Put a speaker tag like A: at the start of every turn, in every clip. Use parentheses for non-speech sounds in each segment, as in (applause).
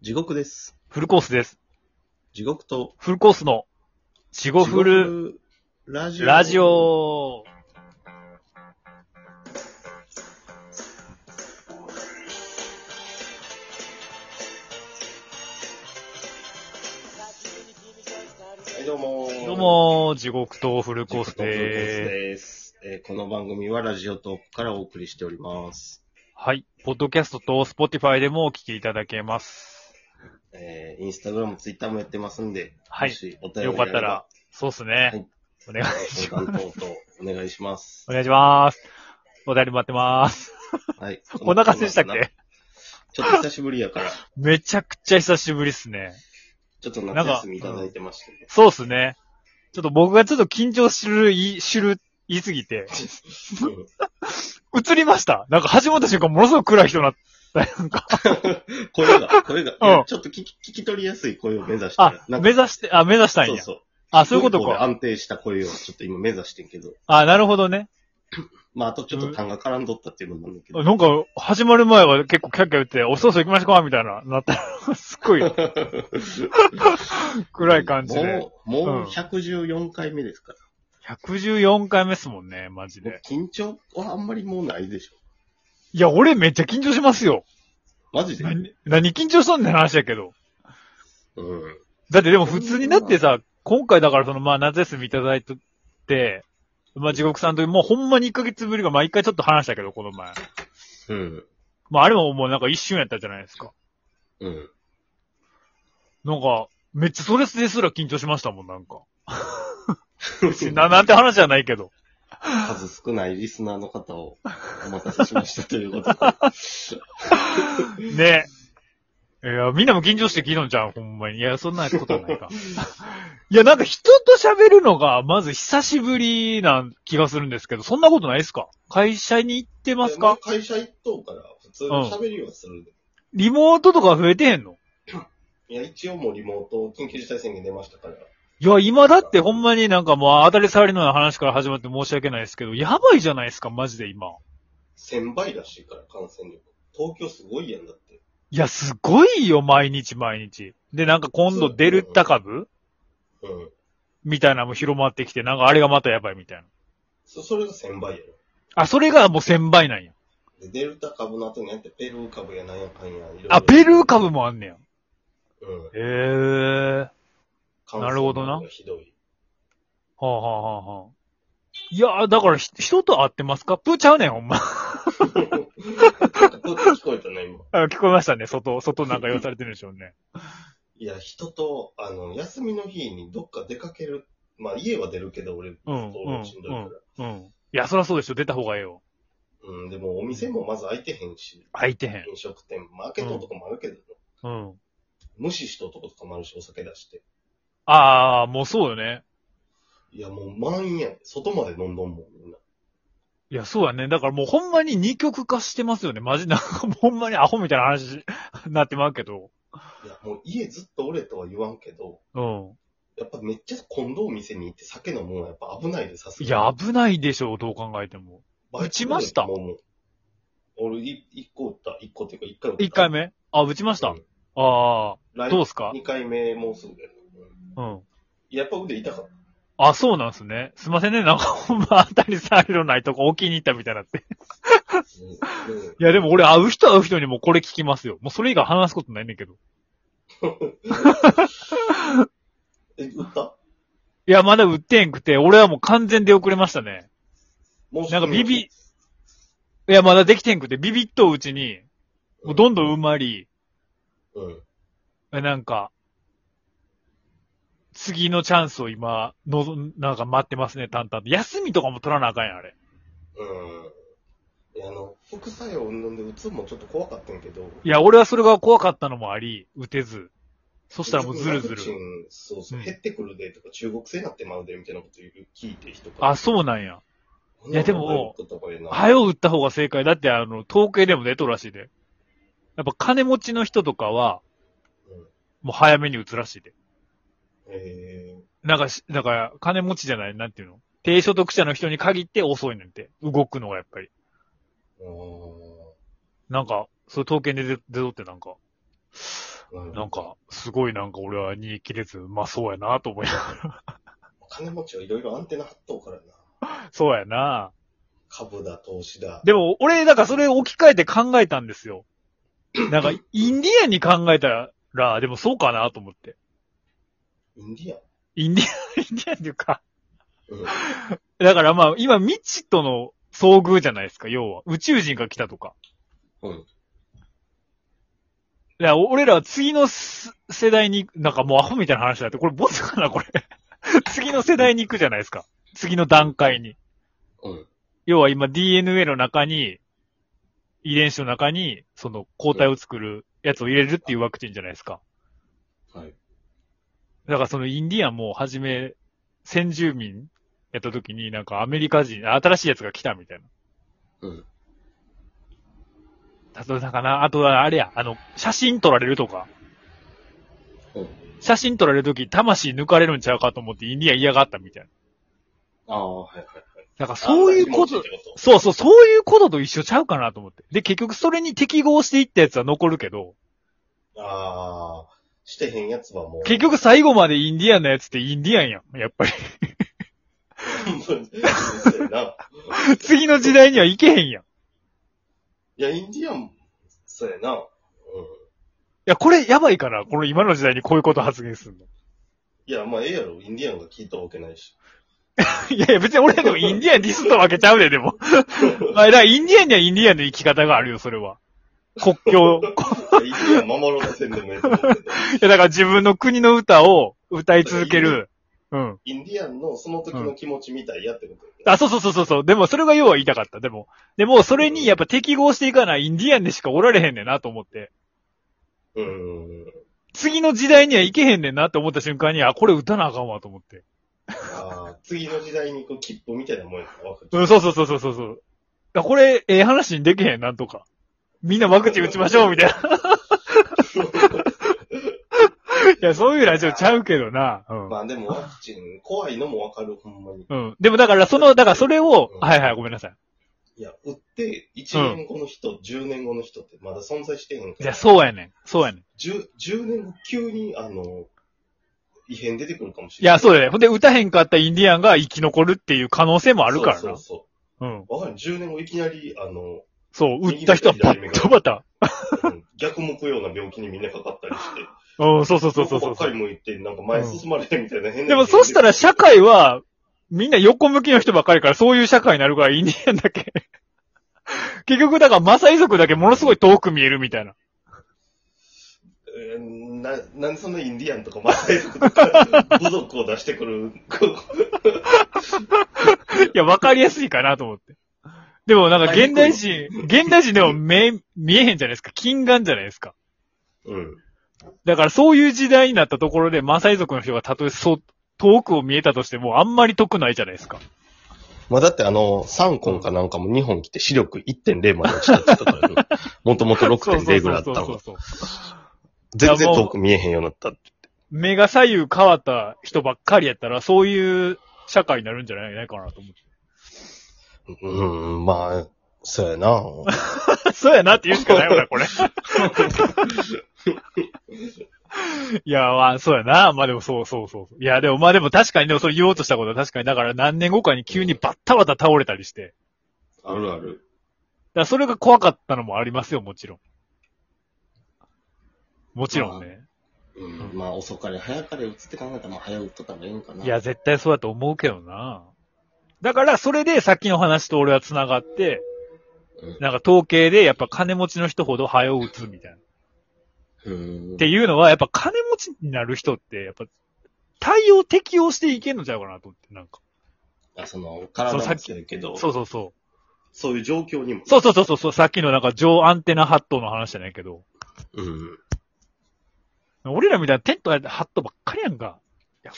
A: 地獄です。
B: フルコースです。
A: 地獄と、
B: フルコースの、チゴフル
A: 地獄ラジオ。
B: ラジオ。
A: はい、どうもー
B: どうもー、地獄とフル
A: 地
B: コー
A: 獄
B: ス
A: とフルコース
B: でーす。
A: です。えーこの番組はラジオトークからお送りしております。
B: はい。ポッドキャストと Spotify でもお聞きいただけます。
A: えーインスタグラム、ツイッターもやってますんで、
B: はい
A: もしお便り
B: よかったらそうっすね。お願い
A: あれば、
B: し
A: 相談等々お願いします
B: (laughs) お。願いします。お便り待ってます。
A: はい。
B: お腹すいでしたっけ
A: ちょっと久しぶりやから、
B: めちゃくちゃ久しぶりっすね。
A: ちょっと夏休みいただいてましてね。
B: そうっすね。ちょっと僕がちょっと緊張する、言い、知る、言いすぎ
A: う
B: て、
A: ん
B: 映りました。なんか始まった瞬間ものすごく暗い人になった。なんか、
A: 声が、声が、いうや
B: ん
A: ちょっと聞き聞き取りやすい声を目指してる
B: あ、
A: なんか
B: 目指して、あ、目指したん
A: そう
B: や。
A: そう。
B: あ、そういうこと
A: で
B: か。
A: 安定した声をちょっと今目指してんけど。
B: あ、なるほどね。
A: まあ、あとちょっと痰が絡んどったっていうのもあるけど。
B: なんか、始まる前は結構キャッキャ言って、おそうそう行きましょうか、みたいな、なったら、すっごい暗い感じで。
A: (laughs) もう、もう
B: う
A: ん114回目ですから。
B: 114回目っすもんね、マジ
A: もう
B: で。
A: 緊張はあんまりもうないでしょ。
B: いや、俺めっちゃ緊張しますよ。
A: マジで。うん。
B: 何、何緊張しとんねん話やけど。だってでも普通になってさ、今回だからその、まあ夏休みいただいてて、まあ地獄さんと、もうほんまに1ヶ月ぶりが、まあ一回ちょっと話したけど、この前。
A: うん。
B: まああれももうなんか一瞬やったじゃないですか。
A: うん。
B: なんか、めっちゃそれですら緊張しましたもん、なんか。な、なんて話じゃないけど。
A: 数少ないリスナーの方をお待たせしましたということで。
B: ねえ。いや、みんなも緊張して聞いたんじゃん、ほんまに。いや、そんなことはないか。いや、なんか人と喋るのが、まず久しぶりな気がするんですけど、そんなことないですか会社に行ってます
A: もう
B: か
A: 会社行っとうから、普通に喋りはする。
B: リモートとか増えてへんの
A: いや、一応もうリモート、緊急事態宣言出ましたから。
B: いや、今だってほんまになんかもう当たり障りのない話から始まって申し訳ないですけど、やばいじゃないですか、マジで今。
A: 1000倍らしいから、感染力。東京すごいやんだって。
B: いや、すごいよ、毎日毎日。で、なんか今度デルタ株
A: うん。
B: みたいなのも広まってきて、なんかあれがまたやばいみたいな。
A: そ、それが1000倍やろ。
B: あ、それがもう1000倍なんや。
A: で、デルタ株の後にやって、ペルー株やなんやかんや、いろいろ
B: あ、ペルー株もあんねや。
A: うん。
B: へえ。
A: 感染
B: なるほどな
A: ひどい。
B: はあ、はあはあはあ、いやー、だからひ、人と会ってますかプーちゃうねん、ほんま。 (laughs)
A: なんか声聞こえたね、今。
B: あ聞こえましたね、外、外なんか言わされてるんでしょうね。
A: いや、人と、あの、休みの日にどっか出かける。まあ、家は出るけど、俺、
B: うん
A: 俺しんどいから。
B: うん。いや、そりゃそうでしょ、出た方がええよ。
A: うん、でも、お店もまず開いてへんし、
B: 空いてへん。
A: 飲食店、マーケットのとこもあるけど、
B: うん。
A: 無視しとうとことかもあるし、お酒出して。
B: あー、もうそうよね。
A: いや、もう満員やん。外まで飲んどんもん、みんな。
B: いや、そうやね。だからもうほんまに二極化してますよね。マジなんか、ほんまにアホみたいな話になってまうけど。
A: いや、もう家ずっと俺とは言わんけど、
B: うん。
A: やっぱめっちゃ今度お店に行って酒飲むのはやっぱ危ないで、さすが
B: い
A: に。
B: や、危ないでしょう、どう考えても。
A: バイト
B: 打ちました
A: もうもう俺、い一個打った。一個っていうか、一回打った。
B: 一回目あ、打ちました。
A: うん
B: あ
A: 来
B: ー、どうっすか
A: 二回目、もうすぐだよ。うん
B: うん。
A: やっぱ腕痛かった。
B: あ、そうなんすね。すいませんね。なんかほんま当たり障りのないとこ置きに行ったみたいになって。
A: うんうん
B: いや、でも俺会う人会う人にもこれ聞きますよ。もうそれ以外話すことないねんけど。
A: え、打った
B: いや、まだ売ってんくて、俺はもう完全で遅れましたね。
A: もうすぐ
B: なんかビビ、いや、まだできてんくて、ビビっとううちに、もうどんどん埋まり、
A: うん。
B: えなんか、次のチャンスを今、のぞ、なんか待ってますね、淡々と。休みとかも取らなあかんやん、あれ。
A: うん。いや、あの、副作用云々で打つのもちょっと怖かったんやけど。
B: いや、俺はそれが怖かったのもあり、打てず。
A: そ
B: そしたらもうズルズル。
A: そうそうう、
B: ん
A: 減ってくるでとか、中国製になってまうでみたいなこと言う聞いて人から。
B: あ、そうなんや。
A: こん
B: い
A: な
B: や
A: こと
B: で
A: 言う
B: も
A: ことかいな、
B: 早う打った方が正解。だって、あの、統計でも出とるらしいで。やっぱ金持ちの人とかは、
A: うん
B: もう早めに打つらしいで。
A: え
B: なんかし、だから、金持ちじゃない、なんていうの低所得者の人に限って遅いねんて。動くのがやっぱり。
A: ー、あー
B: なんか、そういう統計で出出とってなんか、
A: うん
B: なんか、すごいなんか俺は煮え切れず、まあそうやなと思い (laughs) なが
A: 金持ちはいろいろアンテナ張っとうからな。
B: ら。そうやな
A: 株だ、投資だ。
B: でも俺、だからそれを置き換えて考えたんですよ。なんか、インディアンに考えたら、でもそうかなと思って。
A: インディアン。
B: インディアン、 (laughs) インディアンっていうか、
A: うん。
B: だからまあ、今、未知との遭遇じゃないですか、要は。宇宙人が来たとか。
A: うん。
B: いや、俺らは次のす世代に、なんかもうアホみたいな話だって、これボツかな、これ。 (laughs) 次の世代に行くじゃないですか。次の段階に。
A: うん。
B: 要は今 DNA の中に、遺伝子の中に、その抗体を作るやつを入れるっていうワクチンじゃないですか。
A: はい。
B: だからそのインディアンもはじめ、先住民やった時になんかアメリカ人、新しいやつが来たみたいな。
A: うん。
B: 例えばかな、あとはあれや、あの、写真撮られるとか。
A: うん。
B: 写真撮られるとき、魂抜かれるんちゃうかと思ってインディアン嫌がったみたいな。
A: ああ、はいはいはい。
B: だからそういうこ
A: あ
B: と
A: んな、気持ちってこ
B: そうそう、そういうことと一緒ちゃうかなと思って。で、結局それに適合していったやつは残るけど、
A: とああ、してへんやつはもう。
B: 結局最後までインディアンのやつってインディアンやん。やっぱり。 (laughs)
A: そうやな。
B: 次の時代には行けへんやん。い
A: (laughs) いや、インディアン、そうやな。うん。
B: や、これやばいかなこの今の時代にこういうこと発言するの。 (laughs)
A: いや、まあ、ええやろ。インディアンが聞いたわけないし。
B: いやいや、別に俺でもインディアンディスったわけちゃうで、でも。 (laughs) まあ、だからインディアンにはインディアンの生き方があるよ、それは。国
A: イン
B: 境。 (laughs)
A: ディアン守ろうとせんでもええと思うけど。
B: いや、だから自分の国の歌を歌い続ける。うん。
A: インディアンのその時の気持ちみたいやってことやな
B: あ、そうそうそうそうそう。でも、それが要は言いたかった。でも、でも、それにやっぱ適合していかないインディアンでしかおられへんねんなと思って。
A: うん。
B: 次の時代には行けへんねんなって思った瞬間に、あ、これ歌なあかんわと思って。
A: ああ、次の時代にこう切符みたいなもんやな。ワクチン
B: うん、そうそうそうそうそうそう。あこれ、ええ話にできへん、なんとか。みんなワクチン打ちましょう、
A: (laughs)
B: みたいな。いや、そういうラジオちゃうけどな。うん。
A: まあでもワクチン、怖いのもわかる、ほんまに。
B: うん。でもだから、その、だからそれを、
A: うん
B: はいはい、ごめんなさい。
A: いや、売って、1年後の人、10年後の人ってまだ存在してへんか
B: いや、
A: ら。
B: そうやねん。そうやねん。
A: 10、10年後、急に、あの、異変出てくるかもし
B: い
A: れない。
B: や、そうだよね。ほんで、歌へんかったインディアンが生き残るっていう可能性もあるからな。
A: そうそう
B: うん。
A: う。わかる。10年後、いきなり、あの、 (laughs)
B: そう、売った人はバッタバタ。
A: うん逆向くような病気にみんなかかったりして。
B: うん、そう (laughs) そうそうそうそ
A: 横
B: う
A: ばっかり向いて、なんか前進まれへんみたいな変な。
B: でも、そしたら社会は、みんな横向きの人ばっかりから、そういう社会になるから、インディアンだけ。 (laughs) 結局、だから、マサイ族だけものすごい遠く見えるみたいな。
A: えーな、なんでそんなインディアンとかマサイ族とか、部族を出してくる。 (laughs)
B: いや、わかりやすいかなと思って。でも、なんか、現代人、現代人でも目、見えへんじゃないですか。近眼じゃないですか。
A: うん。
B: だから、そういう時代になったところで、マサイ族の人がたとえ、そう、遠くを見えたとしても、あんまり得ないじゃないですか。
A: まあだってあの、3本かなんかも2本来て視力1.0まで落ちたって言ってたからね、 (laughs) もともと
B: そうそう
A: 6.0ぐらいあ
B: そう
A: った
B: そう
A: の
B: そう
A: が。
B: そう。
A: 全然遠く見えへんようになったって。
B: 目が左右変わった人ばっかりやったら、そういう社会になるんじゃないかなと思って。
A: うん、まあ、そうやな。 (laughs)
B: そうやなって言うしかないよな、これ。いや、まあ、そうやな。まあでも、そうそうそう。いや、でも、まあでも確かに、でもそう言おうとしたことは確かに、だから何年後かに急にバッタバタ倒れたりして。
A: あるある。
B: だからそれが怖かったのもありますよ、もちろん。もちろんね。
A: うん、まあ遅かれ早かれ打つって考えたら、まあ早打っとったらええんかな。
B: いや、絶対そうだと思うけどな。だから、それでさっきの話と俺は繋がって、
A: うん
B: なんか統計でやっぱ金持ちの人ほど早打つみたいな。っ
A: うん。
B: ていうのは、やっぱ金持ちになる人って、やっぱ対応適応していけんのちゃうかなと思って、なんか。
A: あその、
B: そ
A: 体
B: うさっ
A: も
B: き
A: 強いけど、
B: そ
A: そう
B: うそうそ
A: いう状況にも。
B: う。そうそうそうそう、さっきのなんか上アンテナハットの話じゃないけど。
A: う。うん。
B: 俺らみたいなテントやってハットばっかりやんか。いや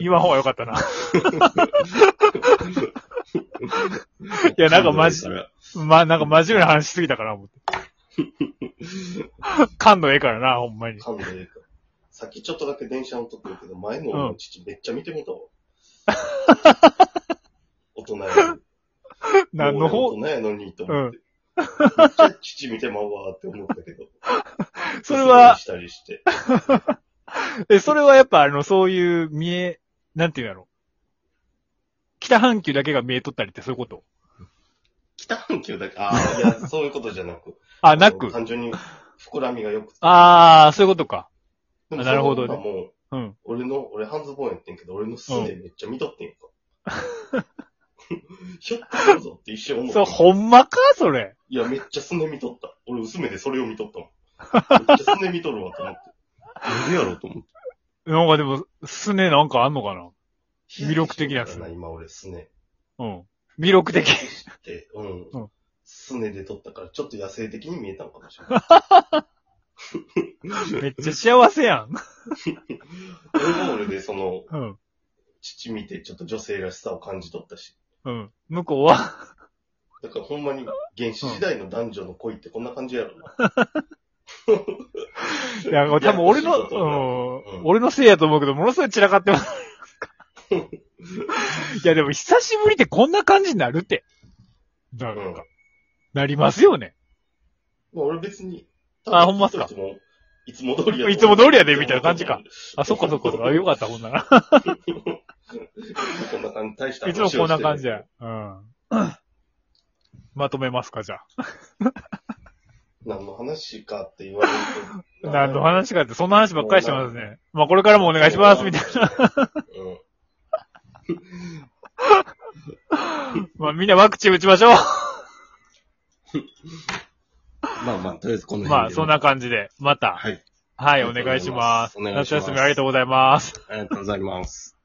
B: 言わん方がよかったな。いやなんかマジ
A: だから
B: まあ、なんか真面目な話しすぎたかな、思 (laughs) って。感度ええからな、ほんまに。
A: 噛んでいいかさっきちょっとだけ電車を撮ってるけど、前の俺の父めっちゃ見てみ
B: (laughs)
A: たわ。大人やのに。
B: 何の方
A: もう俺大人やのにと思って。めっちゃ父見てまうわーって思ったけど。
B: (laughs) それは、
A: したりして。
B: え、それはやっぱあの、そういう見え、なんていうんやろ。北半球だけが見えとったりってそういうこと
A: 北半球だけ、あ
B: (laughs)
A: あ、いや、そういうことじゃなく。
B: あ、なく。
A: 単純に膨らみがよくて。
B: ああ、そういうことか。
A: でも
B: なるほど
A: そ
B: ね
A: の方がもう、
B: うん。
A: 俺の、俺ハンズボーンやってんけど、俺のすねめっちゃ見とってんやんか。
B: (laughs)
A: ひょっとするぞって一瞬思
B: そう、
A: った。
B: ほんまかそれ。
A: いや、めっちゃすね見とった。俺薄めでそれを見とったもん。めっちゃすね見とるわと思っ
B: (laughs)
A: て。なんでやろうと思って。
B: なんかでも、すねなんかあんのかな魅力的なやつ
A: な今俺すね
B: うん。魅力的。
A: って、う
B: うんん。
A: すねで撮ったから、ちょっと野生的に見えたのかもしれ
B: (laughs)
A: ない。
B: (laughs) めっちゃ幸せやん。
A: 俺も俺でその、
B: うん。
A: 父見てちょっと女性らしさを感じ取ったし。
B: うん。向こうは、
A: だからほんまに原始時代の男女の恋ってこんな感じやろな。
B: (laughs) いや、多分俺
A: いや欲しいこと
B: の、
A: う
B: うんん、俺のせいやと思うけど、ものすごい散らかってます。 (laughs) いや、でも久しぶりってこんな感じになるって。なんか、
A: うん
B: なりますよね。
A: まあ俺別に。
B: あほんまっすか
A: いつもいつも通りや。
B: いつも通りやでみたいな感じか。あ、そっかそっ (laughs) かそっか。あよか
A: っ
B: った、ほんなら。
A: た。こんな感じ、大した
B: いつ
A: 話を
B: も
A: して
B: こんな感じや。 (laughs) うん。まとめますか、じゃあ。
A: 何の話かって言われると。
B: (laughs) 何の話かって、そんな話ばっかりしてますね。まあ、これからもお願いします、みたいな。
A: な。うん。
B: (laughs) まあ、みんなワクチン打ちましょう。
A: まあまあ、とりあえずこの辺で。
B: まあ、そん。な感じで、また。
A: はい。
B: はい、
A: あ
B: お
A: りがとうございます
B: 願いします。
A: お願いします
B: 夏休みありがとうございます。
A: ありがとうございます。